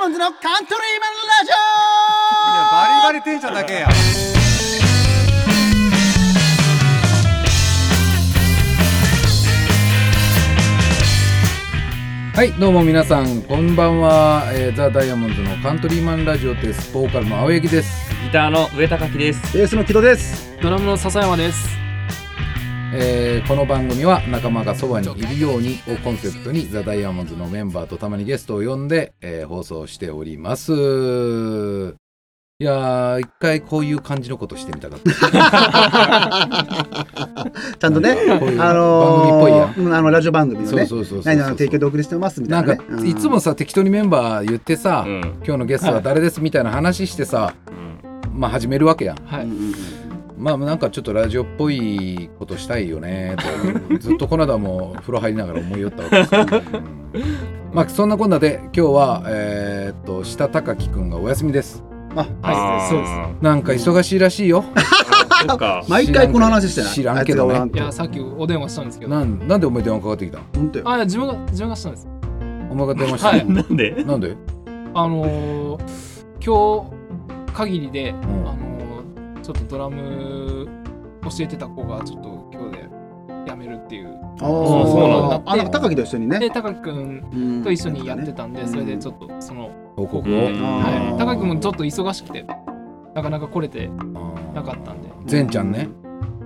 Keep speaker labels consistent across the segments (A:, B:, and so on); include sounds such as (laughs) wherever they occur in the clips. A: モンズのカントリーマン
B: いやバリバ
A: ラジ
B: リテンションだけや
C: はいどうも皆さんこんばんは、えー、ザ・ダイヤモンドのカントリーマンラジオですボーカルの青柳です、
D: ギターの上高木です
A: オベースの木戸です
D: ドラムの笹山です
C: えーこの番組は仲間がそばにいるようにをコンセプトにザ・ダイヤモンドのメンバーとたまにゲストを呼んで、えー放送しておりますいやー一回こういう感じのことしてみたかった
A: ちゃんとね
C: なんかこういう
A: あの
C: 番組
A: ー、
C: っぽい
A: うんあのラジオ番組のね
C: そうそうそうそう
A: 何々の提供でお送りしてますみた
C: ないん
A: な、
C: か
A: ね、
C: いつもさ適当にメンバー言ってさ、
D: うん、
C: 今日のゲストは誰ですみたいな話してさ、まあ始めるわけやん
A: うんうんうん
C: まあなんかちょっとラジオっぽいことしたいよ
A: (laughs)
C: ねとずっとこの間も風呂入りながら思いよったわけですよ、うんまあそんなこんなで今日はえーっと下高木くんがお休みです
A: あ
D: あー
E: そうで
C: なんか忙しいらしいよ
D: あそっか
A: 毎回この話してない
C: 知らんけどね
A: あいつがおらん
E: い
A: と
E: や、さっきお電話したんですけど。
C: なんなんでお前電話かかってきたの
A: 本当よ
E: あ、いや、自分が、自分がしたんです。
C: お前が電話したの、
E: はい
D: なんで
C: なんで
E: あのー、今日限りで、あ
C: ん
E: のー、ちょっとドラム教えてた子が、ちょっと今日で辞めるっていう。
A: あー
D: そうなんだ
A: あなんか高木と一緒にね
E: で、高木くん
A: うん
E: と一緒にやってたん
A: う
E: で、
A: ん
E: それでちょっと、その、
C: 報告
D: う
C: を
D: ん
E: は
A: あー
E: い。高木くんもちょっと忙しくて、なかなか来れてなかったんで、
C: 善ちゃんね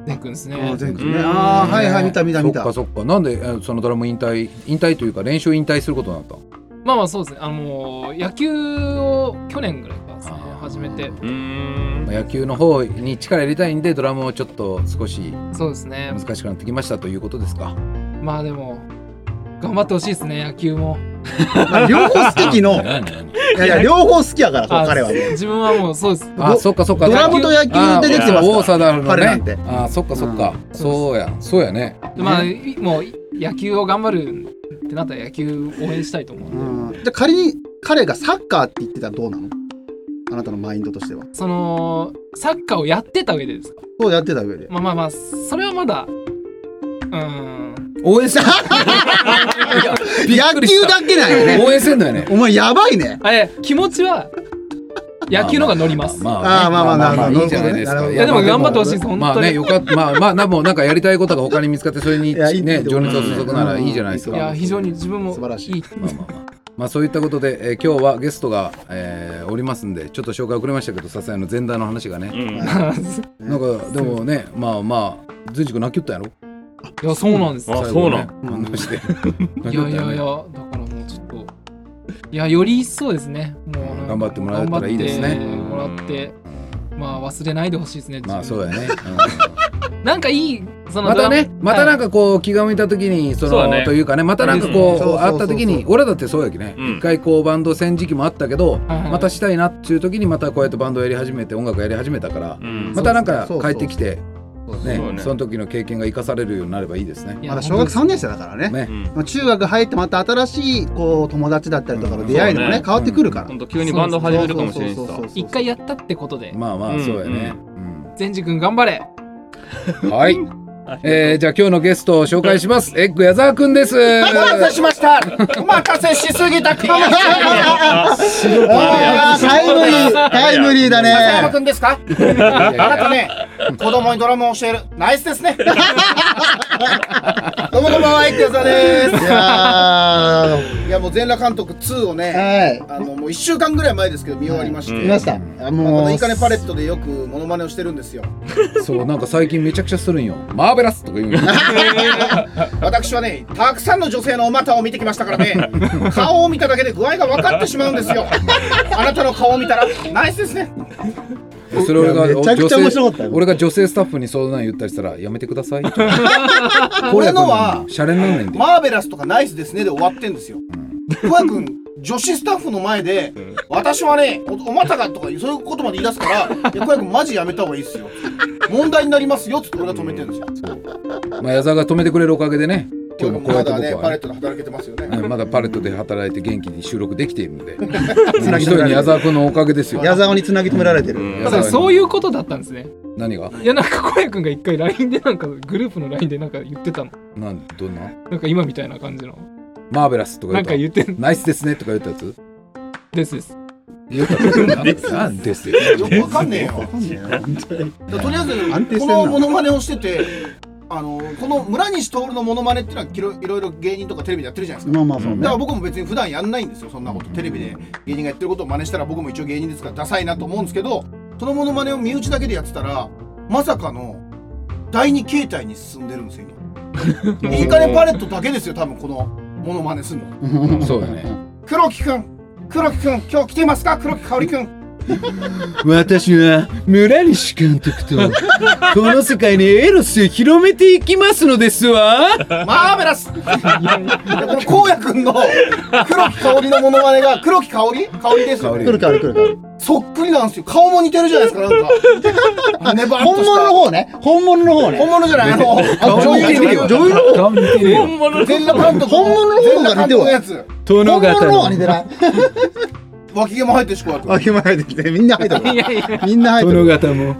E: 全くんです
A: あ
E: ね
A: ー。全国
D: う
A: ね
D: ん
A: ああはいはい見た見た見た
C: そっかそっかなんでえーそのドラム引退引退というか練習引退することになったの
E: まあまあ、そうですね。あのー、野球を去年ぐらいからですね
C: あー、
E: 始めて。
D: うーん
C: 野球の方に力入れたいんでドラムをちょっと少し
E: そうですね。
C: 難しくなってきましたということですか
E: まあでも、頑張ってほしいですね、野球も。
A: まあ両方好
C: (laughs)
A: きの
C: 何何
A: いやいや両方好きやからこう
E: あ
A: 彼はね
E: 自分はもうそうです。
C: あ、そっかそっか。
A: ドラムと野球でできてます
C: 大
A: から
C: 貞の
A: 彼なん
C: ね
A: て。
C: あ、そっかそっか。そうや、そうやね。
E: まあ、いもうい野球を頑張るってなったら野球応援したいと思うんで、
A: うんじゃあ仮に彼がサッカーって言ってたらどうなのあなたのマインドとしては
E: そのサッカーをやってた上でですか。
A: そうやってた上で
E: まあまあまあ、それはまだ、うーん、
C: 応援せん。
A: 野球だけなんや
C: (laughs)
A: ね
C: 応援せんのよね。
A: お前やばいね
E: あえ気持ちは野球の方が乗ります。
C: ま
A: あーまあまあなるほど
C: いいじゃないです
A: なるほ
C: か。
A: ど
E: いやでも頑張ってほしいです、
A: ま
E: 本
C: まあ
E: 当
C: ね、
E: に。
C: よかった。まあまあ、でもなんかやりたいことが他に見つかって、それに
A: (laughs) いやいい
C: ね、
A: と
C: 情
A: 思う
C: 熱を注ぐならいいじゃないです
A: う
E: い
A: ん
C: か。
E: や、非常に自分も
A: 素晴らしい
E: いい。
C: まあまあまあ。まあそういったことで、えー今日はゲストが、えーおりますんで、ちょっと紹介遅れましたけど、さすがの前段の話が
D: う
C: ね。
D: ん
C: なんか、でもね、まあまあ、ずんじく泣きよったやろ
E: いや、そうなんです。い
D: あ
C: 最後ね
D: そ
A: うん
C: 反応して。
E: や
C: (laughs) 泣
E: い
C: きよ
E: や
C: っ
E: い
C: た
E: や、
C: よね
E: だからもうちょっと。いや、より一層ですね。もうなんか
C: 頑張ってもらえたらいいですね
E: 頑張ってもらって、まあ忘れないでほしいですね。
C: まあそう
E: だ。
C: だ
D: (laughs)
C: ね。
E: なんかいい、その
C: またね、またなん
E: か、
C: かこう気が向いた時にそ
D: そうだ
C: の
D: ね
C: というかね、またなんかこ
A: うんそうそう
C: う
A: そう
C: あ
A: そう
C: った時に、俺だってそうやきね。
D: うん
C: 一回こうバンド戦時期もあったけど、
E: はいはい
C: またしたいなっていう時にまたこうやってバンドやり始めて音楽やり始めたから、
D: うん
C: またなんか
A: そうそう
C: 帰ってきてね
D: そう、ね
C: その時の経験が生かされるようになればいいですね。
E: いや
A: まだ小学3年生だからね
C: ね
D: う。ん
A: まあ中学入ってまた新しいこう友達だったりとかの出会いでも
D: うん
A: ね
D: そうね
A: 変わってくるから
D: ほんと急にバンド始めるかもしれんし
A: そう
D: さ
A: そうそうそう
E: 一回やったってことで、
C: まあまあ
D: うん
C: そうやね。うん
E: 善治君頑張れ
C: はい。えーじゃあ今日のゲストを紹介します。エッグ矢沢くんです。
F: お待たせしましたお任せしすぎたかも (laughs) しれない
D: あ
A: あータイムリータイムリーだ
F: 笹山
A: ね
F: くんですかあなたね子供にドラムを教えるナイスですね (laughs) どうもこんばんは、エッグヤザで
A: いやー
F: すいやもう全裸監督2をね
A: はい
F: あのもう1週間ぐらい前ですけど見終わりまして、
A: 見ましたあ
F: あ
A: も
F: の
A: う
F: イカネパレットでよくモノマネをしてるんですよ
C: そうなんか最近めちゃくちゃするんよ。マーベラスとか言うんよ。
F: 私はねたくさんの女性のお股を見てきましたから
C: (laughs)
F: ね顔を見ただけで具合が分かってしまうんですよあなたの顔を見たらナイスですね
C: でそれ俺が
A: いやめちゃくちゃ面白かったよ
C: 女性俺が女性スタッフにそんなん言ったりしたらやめてください
F: 俺のは
C: シャレになんねんで、
F: マーベラスとかナイスですねで終わってんですよ。ふわくん、女子スタッフの前で、私はね、おおまたがとかそういうことまで言い出すから、いや、ふわくんマジやめた方がいいですよ。問題になりますよっつって俺が止めてるんですよ。
C: まあ、矢沢が止めてくれるおかげでね今日もこうや
F: ま
C: って
F: だ
C: 僕
F: ね、
C: は
F: パレ
C: ね
F: ットで働けてますよね。
C: うんまだパレットで働いて元気に収録できているので
A: つな
C: 一
A: ぎ
C: 人
A: 止めら
C: に
A: れ
C: 矢
A: てる
C: 沢君のおかげですよ
A: 矢沢につなぎ止められて
D: う
A: る
D: ん
C: や
E: だ
C: っ
E: か
C: ぱ
E: ら
C: り
E: そういうことだったんですね
C: 何が
E: いやなんか小谷君が一回 LINE でなんかグループの LINE でなんか言ってたの
C: なんどんな
E: なんか今みたいな感じの
C: マーベラスとか
E: な
C: 言うんと
E: か言ってん
C: ナイスですねとか言ったやつ
E: ですです。
C: よかった
D: です
C: なんですよ。
F: よくわかんねえよ
A: わかんねえな本当に
F: だからとりあ
A: 安
F: え
A: 定
F: ず
A: して
F: こ
A: んな
F: のモノマネをしててあのこの村西徹のモノマネっていうのはきろいろいろ芸人とかテレビでやってるじゃないですか
A: まあまあそう
C: うん
F: だから
A: ね。
F: 僕も別に普段やんないんですよそんなことテレビで芸人がやってることを真似したら僕も一応芸人ですからダサいなと思うんですけどそのモノマネを身内だけでやってたらまさかの第二形態に進んでるんですよ今インカレパレットだけですよ多分このモノマネするの
C: そうだね。
F: 黒木くん黒木くん今日来てますか黒木香織く
A: (laughs)
F: ん
C: 私は村西監督とこの世界にエロスを広めていきますのですわ
F: マーベラスい (laughs) やこのこうやくんの黒木香織のモノマネが黒木香織香織ですよ
C: 香織
F: ね
A: 来るか来るか
F: そっくりなんですよ顔も似てるじゃないですかなん
A: (laughs)
F: かネバーっとし
A: 本
F: た
A: 物の方ね。本物の方ね。
F: 本物じゃないあのあの女優
A: 似てるよ
F: 女優
E: 顔見てるよ。
D: 本物
F: 全裸監督
A: 本物の方が似てる
F: 全裸監督
A: わ
F: のやつ
C: 殿
A: 本物
C: 方
A: の方
E: (laughs)
A: が
C: の
A: 似てない。
F: 脇毛も入ってるしこうやって
A: あ、今入ってきて、みんな入ってる。みんな入って
C: 殿
A: る。
C: 方も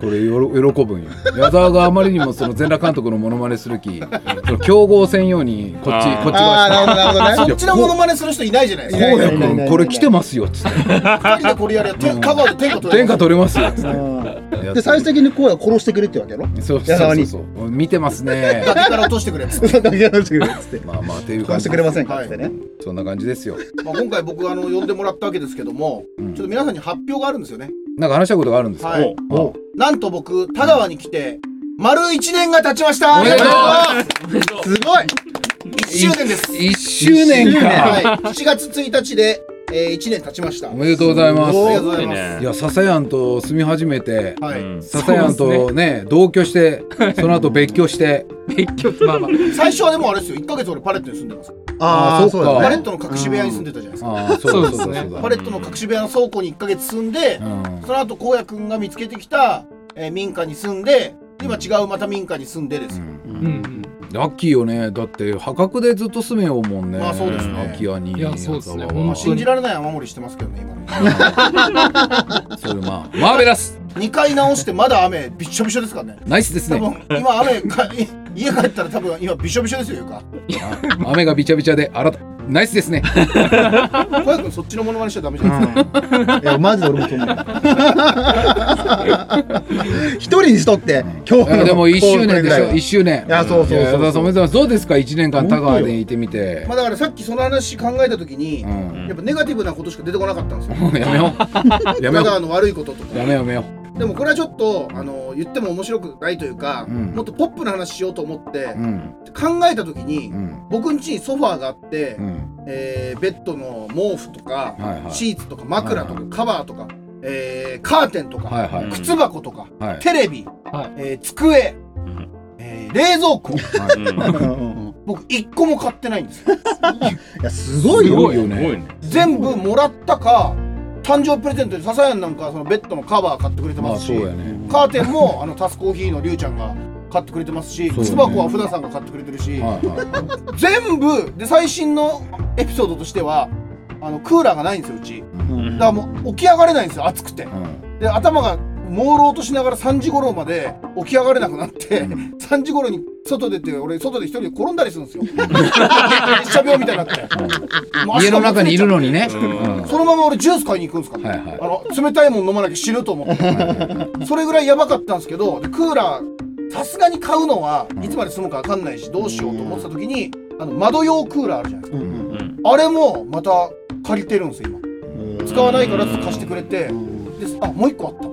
C: これよろ喜ぶんよ矢沢があまりにもその全裸監督のモノマネするきその競合戦ようにこっち
D: あー
C: こっち
A: ああ、
C: が
A: なるほど、なるほどね。
F: そっちのモノマネする人いないじゃないです
A: いない
C: こうや
A: いないいな
C: くん
A: い
C: これ来てますよっつって
F: か二人でこれやりゃて香川で天下取れ
C: 天
F: る
C: 下取れますよっつっ
A: う
C: て
A: んで、最終的にこうや殺してくれってわけやろ。
C: そうそう
A: 矢沢
C: そう
A: に
C: そう見てますね
F: 崖から落としてくれっつって
A: そんだけやらしてくれっつって。
C: まあまあっていう感
A: 殺
C: じ
A: してくれませんかっつってね。
C: そんな感じですよ、
F: まあ今回僕あの呼んでもらったわけですけども
C: うん
F: ちょっと皆さんに発表があるんですよね
C: なんか話したことがあるんですか、
F: はい
C: お
F: なんと僕田川に来て丸一年が経ちました
C: おめでとう
A: すごい
F: 1周年です
C: 1周年か
F: はい7月1日で1年経ちましたあ
C: お
F: り
C: めでとうございます
A: すご
F: が
A: い
F: とうございます
C: いや笹やんと住み始めて
F: は
D: う
F: い
D: ん
C: 笹やんとね同居してその後別居して
E: 勉強まあまあ。
F: 最初はでもあれですよ1ヶ月俺パレットに住んでます
A: あ
C: あー
A: あ、そ
C: そ
A: う
C: っか
A: だ
F: パ
A: ね
F: レットの隠し部屋に住んでたじゃないですか
C: ああそうだそうだ
E: そうですね
C: そうだ
F: パレットの隠し部屋の倉庫に1ヶ月住んで、
C: うん
F: その後荒野くんが見つけてきた、えー民家に住んで今違うまた民家に住んでですよ、
C: うん
E: うんうん。
C: ラッキーよねだって破格でずっと住めようもんね
F: まあそうですね
C: 空き家に
E: いやそうですね
C: 矢沢は
E: ほんま
F: 信じられない雨漏りしてますけどね今ね
C: (laughs) それまあマーベラス
F: 2回直してまだ雨びっしょびしょですからね
C: ナイスです
F: 多
C: ね
F: 分今雨か (laughs) 家帰ったら多分今びっしょびしょですよ床
C: あ (laughs) 雨がびちゃびちゃであらたナイス
A: (laughs)
C: ですね
F: 荒野くんそっちのものまねしちゃダメじゃないですか
A: いや、マジで俺もそう思う。一人にしとって、今
C: い
A: 日
C: や
A: の。
C: でも1周年でしょ
A: こうこれぐらいは
C: 1周年
A: いやそうそうそうそう
C: いや矢沢さんおめでとうございますどうですか1年間田川でいてみて
F: まあだからさっきその話考えた時に、
C: うん (laughs)
F: やっぱネガティブなことしか出てこなかったんですよ
C: もうやめ
A: (laughs)
C: ようやめ
F: た
C: よ
F: だあの悪いことと
C: う
F: か
C: やめようやめよう
F: でもこれはちょっとあの言っても面白くないというか、
C: うん
F: もっとポップな話しようと思って、
C: うん
F: 考えた時に、
C: うん
F: 僕ん家にソファーがあって、
C: うん
F: えーベッドの毛布とか、
C: はいはい
F: シーツとか枕と
C: は
F: か、カバーとか、えーカーテンとか、
C: はいはい
F: 靴箱とか、
C: はい
F: テレビ、
E: はい
F: えー机、
D: ん
F: えー冷蔵
C: (laughs)
F: 庫
D: うん
A: うんうんうん
F: 僕一個も買ってないんですよ
A: いや、すごいよ。
C: よ
D: すごいね
F: 全部もらったか誕生日プレゼントで笹谷なんかそのベッドのカバー買ってくれて
C: ま
F: ま
C: あ
F: すし、
C: そうやね
F: カーテンもあ (laughs) のタスコーヒーのりゅうちゃんが買ってくれてますし、
C: そうだね
F: 靴箱はふなさんが買ってくれてるし、
C: はいはいはい
F: 全部で最新のエピソードとしてはあのクーラーがないんですようち
A: うん
F: だからもう起き上がれないんですよ暑くてで頭が朦朧としながら3時頃まで起き上がれなくなって、
C: うん
F: 3時頃に外出て俺外で一人で転んだりするんです
C: (laughs)
F: よ熱射病みたいになってもう
C: うん
F: 足
C: 家
F: が
C: の中にいるのにね
D: うん
C: うん
F: そのまま俺ジュース買いに行くんですから、
C: はいはい
F: あの冷たいもん飲まなきゃ死ぬと思ってそれぐらいやばかったんですけどでクーラーさすがに買うのはいつまで済むか分かんないしどうしようと思ってた時にあの窓用クーラーあるじゃないですか
A: うんうん
D: うん
F: あれもまた借りてるんですよ今
A: うん
F: 使わないからって貸してくれてで
A: うん
F: あもう一個あった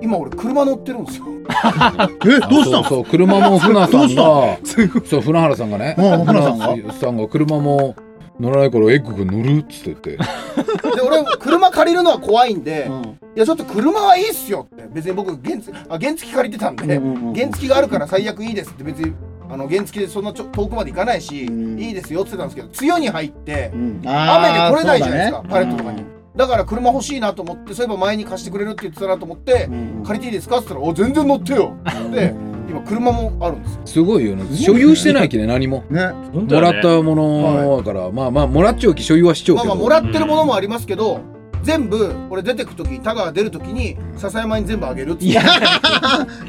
F: 今俺車乗ってるんですよ
A: え、どうした
C: そ
A: ん
C: そう車も船さんが
A: ど
C: そう船原さんがね
A: うん船さんが
C: さんが車も乗らないからエッグ君乗るっつってて
F: で俺車借りるのは怖いんで
A: うん
F: いやちょっと車はいいっすよって別に僕原付あ原付借りてたんで
A: うんうんうん
F: 原付があるから最悪いいですって別にあの原付でそんなちょ遠くまで行かないし
A: うん
F: いいですよって言ってたんですけど梅雨に入って
A: うん
F: 雨で
A: あー
F: 来れないじゃないですか
A: そうだね
F: パレットとかにだから車欲しいなと思ってそういえば前に貸してくれるって言ってたなと思って
A: うん
F: 借りていいですかって言ったら「お全然乗ってよ」って今車もあるんですよ
C: すごいよね所有してないきね何も
A: ね
D: 本当
C: も
D: だ
C: ら
D: ね
C: ったものだからまあまあもらっちゃうき所有はしちゃう
F: まあ
C: け
F: まあ
C: ど
F: もらってるものもありますけど、全部俺出てく時田川出る時に笹山に全部あげるっつって
E: いや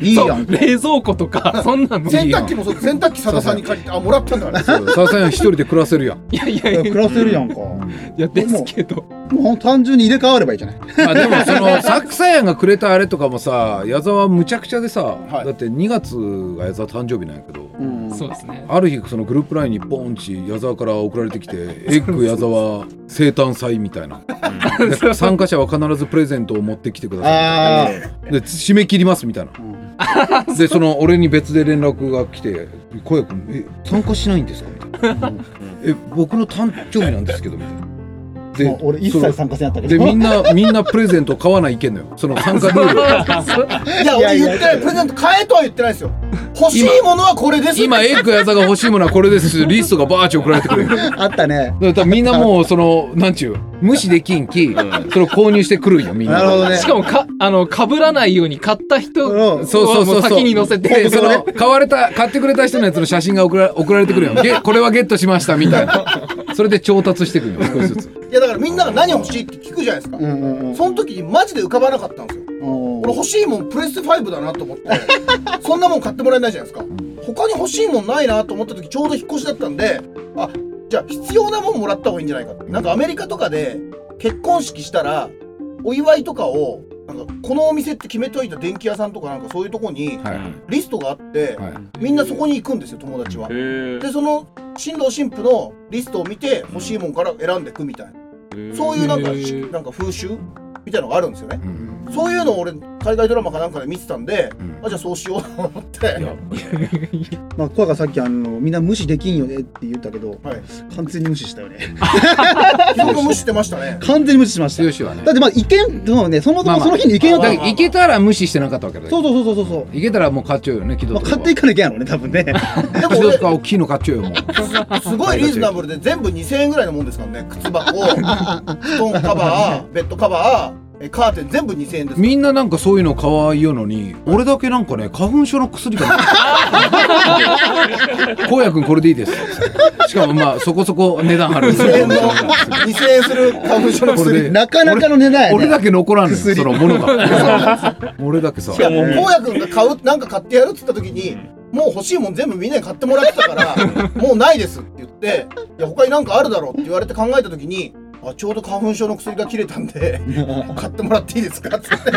A: いいやん。
E: 冷蔵庫とかそんなの
C: ぜ
F: 洗濯機もそう洗濯機さださんに借りてあもらったんだから
C: そうささやん一人で暮らせるやん。
E: いやいやいや
A: 暮
E: い
A: らせるやんか。
E: やですけど
A: もう単純に入れ替わればいいじゃない。
C: (laughs) まあで (laughs) もそのサクサヤンがくれたあれとかもさ矢沢むちゃくちゃでさ、
F: い
C: だって2月が矢沢誕生日なんやけど
A: うん。
E: そうですね (laughs)
C: ある日そのグループラインにポンチ矢沢から送られてきて「エッグ矢沢生誕祭」みたいなで参加者は必ずプレゼントを持ってきてくださ
A: ああ。
C: いで締め切りますみたいな
A: うん
C: でその俺に別で連絡が来て「小く君え参加しないんですか?」みたいな「え僕の誕生日なんですけど」みたいな。で
A: まあ俺一
C: その
A: 切参加せなかったけ
C: で
A: ど。
C: みんなみんなプレゼント買わないけんのよその参加ルールを
F: いや俺言ってないプレゼント買えとは言ってないですよ欲しいものはこれです
C: 今エッグ矢沢が欲しいものはこれですリストがバーチ送られてくるだか
A: (laughs) あったね。
C: らみんなもうそのなんちゅう無視できんき
D: ん
C: それを購入してくるんよみんな
A: なるほどね。
E: しかもかあの被らないように買った人
A: うん
C: そうそうそう
E: も
C: そう
E: 先に載せて
C: でその買われた買ってくれた人のやつの写真が送ら送られてくるよげこれはゲットしましたみたいなそれで調達してくるよ少しずつ
F: いやだからみんなが何欲しいって聞くじゃないですか
A: うんうんうん。
F: その時にマジで浮かばなかったんですよ
A: うん
F: 俺欲しいもんプレステ5だなと思って (laughs) そんなもん買ってもらえないじゃないですか他に欲しいもんないなと思った時ちょうど引っ越しだったんであじゃあ必要なもんもらった方がいいんじゃないかってなんかアメリカとかで結婚式したらお祝いとかをなんかこのお店って決めておいた電気屋さんとかなんかそういうとこに
C: はい
F: リストがあって、
C: はい
F: みんなそこに行くんですよ友達は。
D: え
F: でその新郎新婦のリストを見て欲しいもんから選んでいくみたいな、そういうなんか
E: へー
F: なんか風習みたいなのがあるんですよね、
C: うん
F: そういうのを俺海外ドラマかなんかで見てたんで
C: うん
F: あじゃあそうしようと思って
C: いや
A: まあ、コアがさっきあのみんな無視できんよねって言ったけど、
F: はい
A: 完全に無視したよね。
F: 記憶無視してましたね
A: 完全に無視しました。
C: 剛はね
A: だってまあ意見でもねそもそもその日に意見
C: だから
A: やったか
F: まあ
A: ら、
F: まあ
C: 行けたら無視してなかったわけだよ
A: そうそうそうそうそう。
C: 行けたらもう買っちゃうよね軌道
A: まあ、買っていかなきゃやろうね多分ね。
F: でも
C: 一
F: 俺
C: つか大きいの買っちゃうよもう
F: すごいリーズナブルで全部2000円ぐらいのもんですからね靴箱布団カバーベッドカバーえカーテン全部2000円です
C: みんななんかそういうの可愛いよのに俺だけなんかね花粉症の薬がこうやくんこれでいいですしかもまあそこそこ値段張る
F: 2000円の2000円する花粉症の
C: これ
F: 薬
C: で
A: なかなかの値段 (laughs) やね。
C: 俺だけ残らんねんそ
A: 薬
C: のものが (laughs) 俺だけさ
F: いや、もう、こうやくんが買う、なんか買ってやるって言った時に、もう欲しいもん全部みんなに買ってもらってた
C: (laughs)
F: から、もうないですって言って、いや、他になんかあるだろうって言われて考えた時に、あ、ちょうど花粉症の薬が切れたん
C: (laughs)
F: で、買ってもらっていいですかって言って、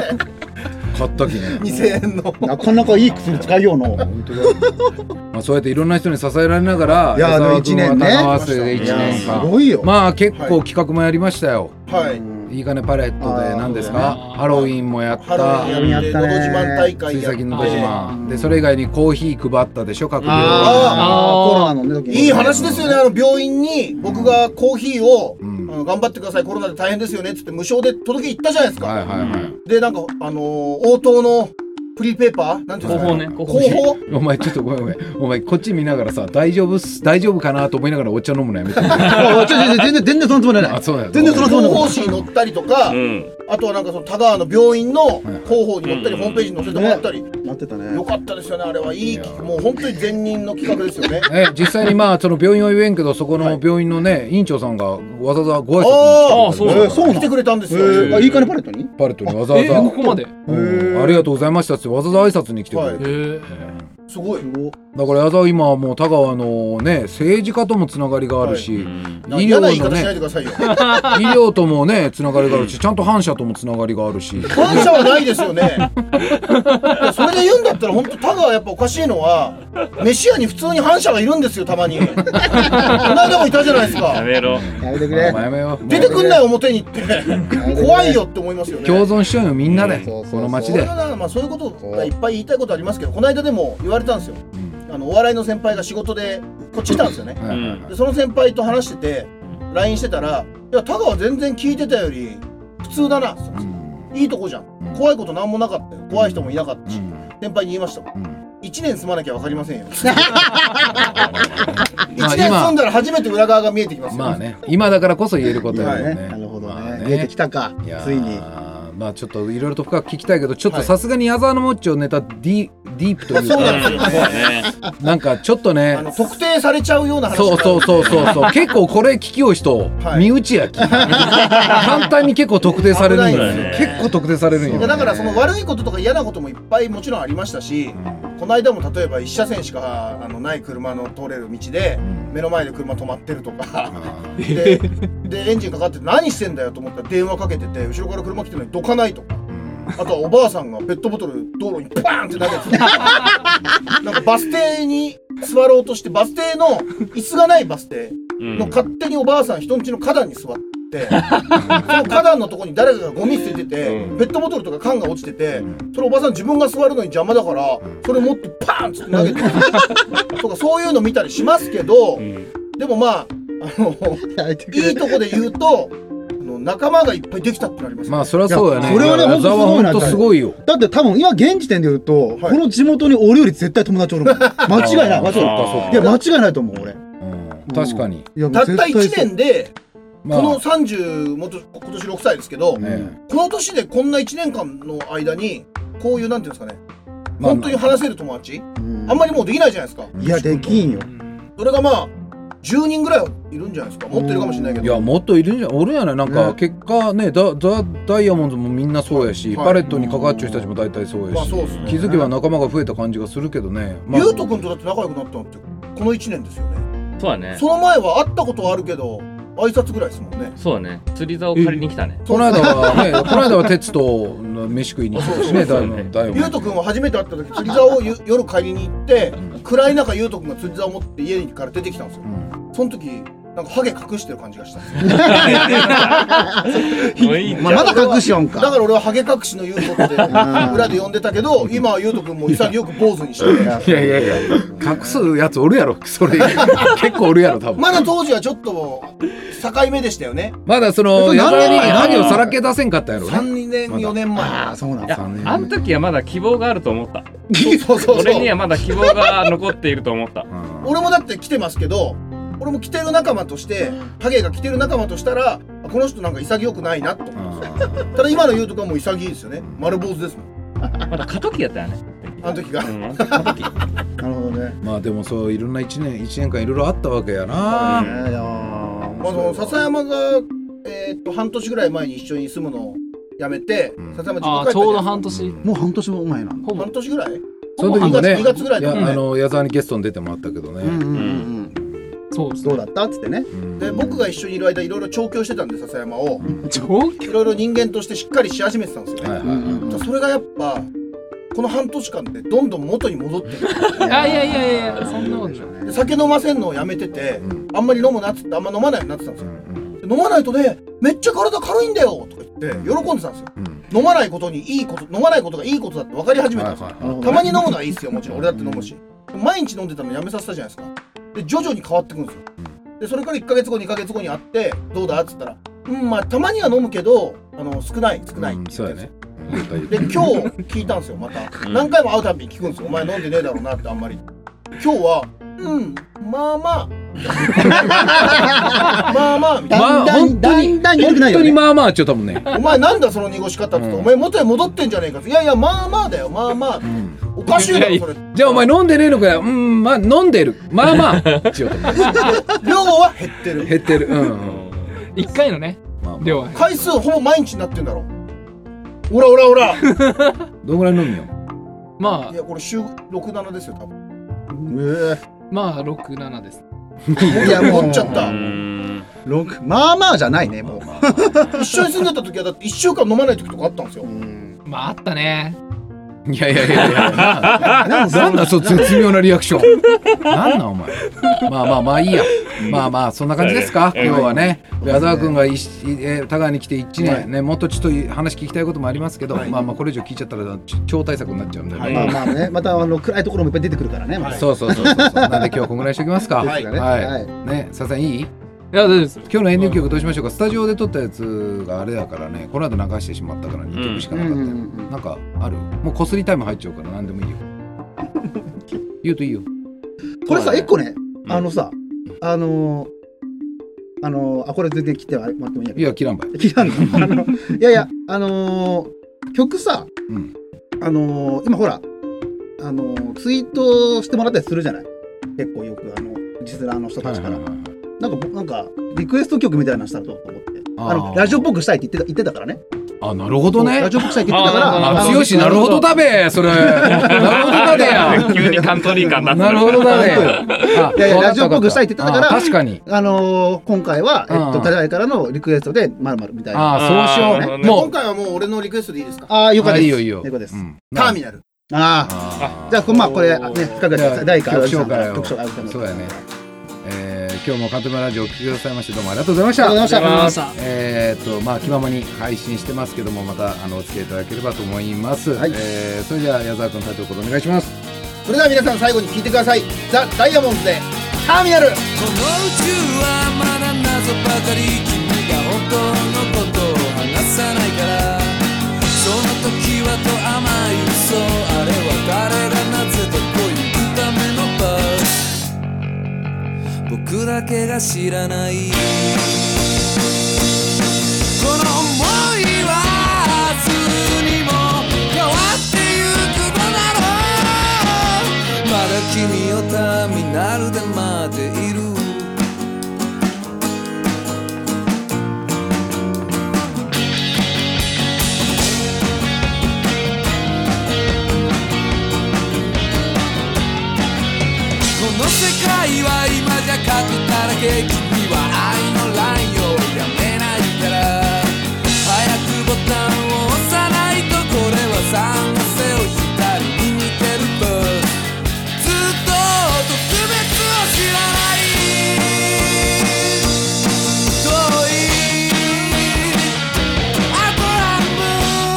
C: 買ったきね
F: 2000円の。
A: なかなかいい薬使いようの。
C: 本当だまあそうやっていろんな人に支えられながら
A: いや
C: 矢沢
A: 一
C: 君は
A: 年ね
C: 棚合わせで1
A: いや
C: 年
A: す
C: 間
A: ごいよ。
C: まあ結構企画もやりましたよ
F: は
A: う
F: い。
A: ん
C: いいかねパレットで何です
E: あ
C: か
E: ー
C: ハロウィンもやっ
F: ハ
C: た
F: ロウィンやって、のど自慢大会
C: 水
F: やっ
C: 先のど自
F: て。
C: 慢でそれ以外にコーヒー配ったでしょ各病
A: ああ
E: あー
A: コロナのね時に
F: いい話ですよね、あの病院に僕がコーヒーを、
C: うん
F: あの頑張ってください、コロナで大変ですよねってって無償で届け行ったじゃないですか。
C: はいはいは
F: で、なんか、あのー応答のフリーペーパーなんていうん
E: 広
F: ですか
E: 報ね広報
F: 広報
C: い。お前ちょっとごめんごめん。お前こっち見ながらさ、大丈夫っす大丈夫かなと思いながらお茶飲むのやめて。
A: あちょちょちょ全然全然そのつもりはない
C: あ、。そうだよ。
A: 全然そのつもり
F: 広報
A: はない。
F: 誌に載ったりとか、
D: うん
F: あとはなんかその田川の病院の
C: いはい
F: 広報に載ったり、
D: うん
F: ホームページに載せてもらったり、
A: なってたね。
F: よかったですよねあれはいい
C: いや
F: もう本当に前任の企画ですよね
C: え実際にまあその病院は言えんけどそこの病院のね院長さんがわざわざご挨
F: あ
C: 拶
E: ーそう
C: に来て
E: なんだ
A: えーそうな
F: 来
A: の
F: て。くれたんですよ、
A: えーあいいかねパレットに？
C: パレットにわざわ
E: え
C: ざ
E: ここまでへ
C: うんありがとうございましたっつってわざわざ挨拶に来てくれて、
E: え
F: すごい
C: だから矢沢今はもう田川のね政治家ともつながりがあるし、
F: な
C: 医
F: 嫌
C: 療
F: な言い
C: の
F: 方しないで
C: ね
F: くださいよ
C: 医療ともねつながりがあるしちゃんと反社ともつながりがあるし
F: 感謝はないですよね (laughs) いやそれで言うんだったら本当田川やっぱおかしいのは飯屋に普通に反社がいるんですよたまに (laughs) この間もいたじゃないです
D: (laughs) や
F: か
D: めろ
A: やめてく
C: まあ
A: れ
C: ま。あやめよう
F: 出てくんない表にって怖いよって思いますよね
C: 共存しようよみんなで、
A: うんそうそうそう
C: この街
F: それ
C: で
F: はなまあ、そういうことがいっぱい言いたいことありますけどこの間でも言われたんですよ、
C: う
F: あのお笑いの先輩が仕事でこっち来たんですよね
C: はいはいはい
F: でその先輩と話してて LINE してたら「いや田川全然聞いてたより普通だな」
C: うん
F: いいとこじゃん怖いことなんもなかったよ怖い人もいなかったし、先輩に言いましたもん
C: うん
F: 1年住まなきゃ分かりま
C: (laughs)
F: せんよ1
C: まあ
F: 年住ん
C: 今
F: だら初めて裏側が見えてきますよ、
C: まあね今だからこそ言えること
A: 今
C: だ
A: ね
C: よね
A: なるほど
C: まあ
A: ね。出てきたか
C: やー
A: ついに。
C: まあちょっといろいろと深く聞きたいけどちょっと
F: はい
C: さすがに矢沢のもっちをネタ D, ディープという
F: そうなんで
C: か
F: すよ
D: そうだね。
C: なんかちょっとね
F: あの特定されちゃうような話
C: そうそうそうそうそう結構これ聞きよう人、
F: はい
C: 身内やき簡単に結構特定されるんよ
F: 危
D: ないですね
C: 結構特定されるんよ、
F: いやだからその悪いこととか嫌なこともいっぱいもちろんありましたしこの間も例えば一車線しかあのない車の通れる道で
C: うん
F: 目の前で車止まってるとか
C: あ
F: ででエンジンかかってて何してんだよと思ったら電話かけてて後ろから車来てるのにどかないとかあとはおばあさんがペットボトル道路にバーンって投げて
C: (laughs)
F: てなんかバス停に座ろうとしてバス停の椅子がないバス停
D: うん
F: の勝手におばあさん人んちの花壇に座
D: (laughs)
F: って。その花壇のとこに誰かがゴミ捨ててて、
D: うん
F: ペットボトルとか缶が落ちてて
C: うん
F: それおばさん自分が座るのに邪魔だからそれ持ってパーンっつって投げて
D: (laughs)
F: るとかそういうの見たりしますけど、
D: うん
F: でもまああの
A: 焼いてくれ
F: いいとこで言うとあの仲間がいっぱいできたってなります、
C: まあそりゃそうやね
A: いやそれはね
C: いや矢沢
A: ほんとすごいな
C: ほんとすごいよ
A: だって多分今現時点で言うと、
F: い
A: この地元に俺より絶対友達おるもん間違いない
C: あーそっ
A: 間違いない
C: かそっか
A: いや間違いないと思う
C: う
A: 俺
C: ん確かに
A: いや
F: たった1
A: 絶対そう
F: 年で、
C: まあ
F: この30もと今年6歳ですけど、
C: ね
F: この年でこんな1年間の間にこういうなんていうんですかね、
C: まあ
F: 本当に話せる友達
A: うん
F: あんまりもうできないじゃないですか
A: いやできんよ
F: それがまあ10人ぐらいはいるんじゃないですかもっといるかもしれないけ
C: い
F: ど
C: やもっといるんじゃんおるやないなんか
A: ね
C: 結果ねダダダイヤモンドもみんなそうやし、
F: はい
C: パレットに関わっちゅう人たちも大体そうやし、
F: まあそうですね
C: 気づけば仲間が増えた感じがするけどね、まあ、
F: ゆうとくんとだって仲良くなったのってこの1年ですよね
D: そうだね
F: そ。の前は会ったことはあるけど挨拶ぐらいですもんね
D: そうだね。釣り竿借りに来たね。
C: この間はね、この間は鉄と飯食いに来たしね、
D: そ
C: だ
D: う
C: い
D: そう
C: ぶだいぶ。
F: ゆうとくんは初めて会った時釣り竿をゆ夜借りに行って暗い中ゆうとくんが釣り竿を持って家から出てきたんですよ
C: うん
F: その時なんかハゲ隠してる感じがしたんですよ
D: もういい
A: まあまだ隠しよん
F: だか
A: から
F: 俺はハゲ隠しのゆうと
C: (laughs)
F: って
A: ん
F: 裏で呼んでたけど今はゆうとくんも潔く坊主にして
C: いやいやいや、隠すやつおるやろ、それ。結構おるやろ、多分。
F: まだ当時はちょっと境目でしたよね
C: まだその、
A: え
C: や
A: それ
C: たに
A: 何
C: 何をさらけ出せんかったやろね。
F: 3年4年前
A: ああそうなん
D: いや
A: だ
C: 三年
D: あの時はまだ希望があると思った。
F: そうそうそう
D: 俺にはまだ希望が残っていると思った。
C: うん
F: 俺もだって来てますけど俺も着てる仲間としてハゲが着てる仲間としたらあこの人なんか潔くないなと
C: うん
F: ただ今の言うとかもう潔いですよね丸坊主ですもん
D: まだ過渡期やったよね。
F: (laughs) あの時が
D: うん、あの時過渡期。
A: なるほどね
C: まあでもそういろんな一年一年間いろいろあったわけやな。
A: いやいやー
F: あの笹山が、えーっと半年ぐらい前に一緒に住むのをやめて、
C: うん
F: 笹山実
E: あ
F: 家
E: あ
F: 帰
E: ちょうど
F: ったじゃない
E: 半年
A: もう半年も前なんだ
E: ほぼ
F: 半年ぐらい
C: その時もね、
F: 2月ぐらい
C: い
F: だ
C: や
F: ったね
C: あの矢沢にゲストに出てもらったけど
A: うんうん
C: ね。
A: うんうん
E: そうです
A: どう
E: ね
A: だったっつってね
C: うん
F: で僕が一緒にいる間いろいろ調教してたんで笹山を
E: 上
F: いろいろ人間としてしっかりし始めてたんですよね、
C: はいはい
A: うんうん
F: それがやっぱこの半年間でどんどん元に戻ってる
E: いやいやいやいやそんなことない
A: い
F: で酒飲ませんのをやめてて、
C: うん
F: あんまり飲むなっつってあんま飲まないようになってたんです
C: う
F: よ
C: んうん
F: で飲まないとねめっちゃ体軽いんだよとか言って喜んでたんですよ
C: うん
F: 飲まないことにいいこと飲まないことがいいことだって分かり始めたんですよ
C: はいはい
A: なるほどね
F: たまに飲むのはいいっすよもちろん俺だって飲むし毎日飲んでたのやめさせたじゃないですかで徐々に変わってくんですよでそれから1ヶ月後2ヶ月後に会ってどうだっつったらうんまあたまには飲むけどあの少ない少ないっ
C: うん
F: て
C: そ
F: 言
C: う
F: っ
C: や
F: て
C: ね。うん大
F: で
C: 丈
F: 今日聞いたんですよまた何回も会うたびに聞くんですよお前飲んでねえだろうなってあんまり今日はうんまあまあまあまあみたい
C: まあ
A: だんだんだんだん緩くな
C: 夫本当に
A: いよね
C: まあまあっちゅうたもんね。
F: なお前なんだその濁し方っつって、
C: うん
F: お前元へ戻ってんじゃねえかっていやいやまあまあだよまあまあ
C: うん
F: おかしいだろそれ
C: じゃあお前飲んでねえのかよ。うん、まあ飲んでる。まあまあ。ちよと (laughs) 思う
F: 量は減ってる
C: 減ってる。うんうん。
E: 一回のね
C: まあまあ
E: 量は
F: 回数ほぼ毎日になってんだろおらおらおらい
C: どんぐらい飲むよ。
E: まあ
F: やこれ週67ですよ多分
A: う
E: まあ六七です
A: えいやも
F: 持っちゃっ
D: う
F: た
D: ん
A: 六まあまあじゃないねもう
F: 一緒に住んでた時はだって1週間飲まない時とかあったんですよ
E: まああったね
C: いやいやいやいや。
A: なんか
C: なんだそう絶妙なリアクショ (laughs) ン。なんなんお前。まあまあまあいいや。まあまあそんな感じですか。
D: うん
C: 今日はね。矢沢君がいしえー田川に来て1年ね、もっとちょっと話聞きたいこともありますけど、
F: はい
C: まあまあこれ以上聞いちゃったらち超対策になっちゃうんでね。
A: まあまあねまたあの暗いところもいっぱい出てくるからねまた
C: そうそうそうそう。なんで今日はこんぐらいにしておきますか。
A: で
C: は
A: す
C: い。
A: かねはい
C: ね、ささんいい？
E: いや大丈夫です
C: 今日のエンディング曲どうしましょうか。スタジオで撮ったやつがあれだからね、この間流してしまったから2曲しか
A: うん
C: なかったよ。
A: うんうん
C: なんかある？もうこすりタイム入っちゃうから何でもいいよ。言うといいよ。
A: これさ、
D: そうだね
A: 一個ね、
D: うん
A: あのさ、あのー、あのー、あ、これ全然切ってはもらってもいいや
C: いや切らんばい。
A: 切らんのあのいやいや、あのー、曲さ、
C: うん
A: あのー、今ほら、あの、ツイートしてもらったりするじゃない結構よく、あの、リスナーの人たちから。なんか、僕なんか、リクエスト曲みたいなのしたらどうと思って。
C: あー
A: あの、ラジオっぽくしたいって言ってた言ってたからね。
C: あ、なるほどね
A: ラ。ジオっぽくしたいって言ってたか
D: あ
A: ら。
D: ー
C: あ
A: あ、の
C: 強し、なるほどだべ、それ。なるほどだべや。
D: 急にカントリー感だった。
C: なるほどだべ。あ
A: いやいや
C: わかった
A: ラジオっぽくしたいって言ってたから
C: あ確かに。
A: あのー今回は、えっ
C: う
A: と、
C: ん
A: ただいからのリクエストで、まるまるみたいな。
C: ああ、そうしよ
D: あ
C: う。
D: ー
C: も
F: 今
C: う。
F: 回はもう俺のリクエストでいいですか
A: ああ、よかった
C: あ
A: です。
C: いいよ、いいよ。
A: 猫です。
C: うん
F: ターミナル。
A: ああ。
C: あー
A: じゃあ、こまあ、これ、ね、企画
C: じゃあ
A: で、第1回、
C: 曲紹介を
A: 曲紹介を
C: そうやね。えー今日もカントリーラジオお聞きくださいましてどうもありがとうございまし
A: ありがとうご
C: た。
A: ざいました。
C: えーっとまあ気ままに配信してますけどもまたあのお付き合いいただければと思います。
A: はい
C: えーそれでは矢沢君タイトルコールお願いします。
F: それでは皆さん最後に聞いてください。ザ・ダイヤモンドで、ターミナル
G: この宇宙はまだ謎ばかり君が本当のことを話さないからその時はと甘い嘘あれは誰がなぜどこ行くためのバス僕だけが知らないこの想いは明日にも変わってゆくのだろうまだ君をターミナルで待っているこの世界は今じゃ核だらけ君は愛のラインをやめないから早くボタンを押さないとこれは探せを光に似てるとずっと特別を知らない遠いアトラ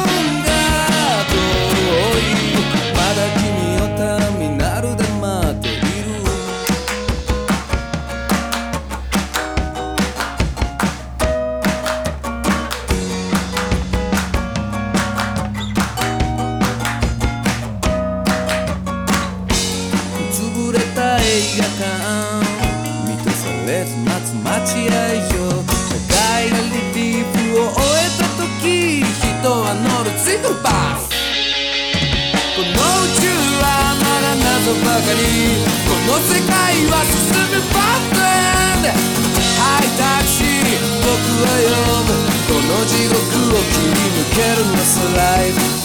G: ムが遠いまだ君をターミナルで待っている潰れた映画館満たされず待つ待合所互いがリリーフを終えた時人は乗るツイクルバスこの宇宙はまだ謎ばかりこの世界は進むパターンハイタクシー僕は呼ぶこの地獄を切り抜けるのスライド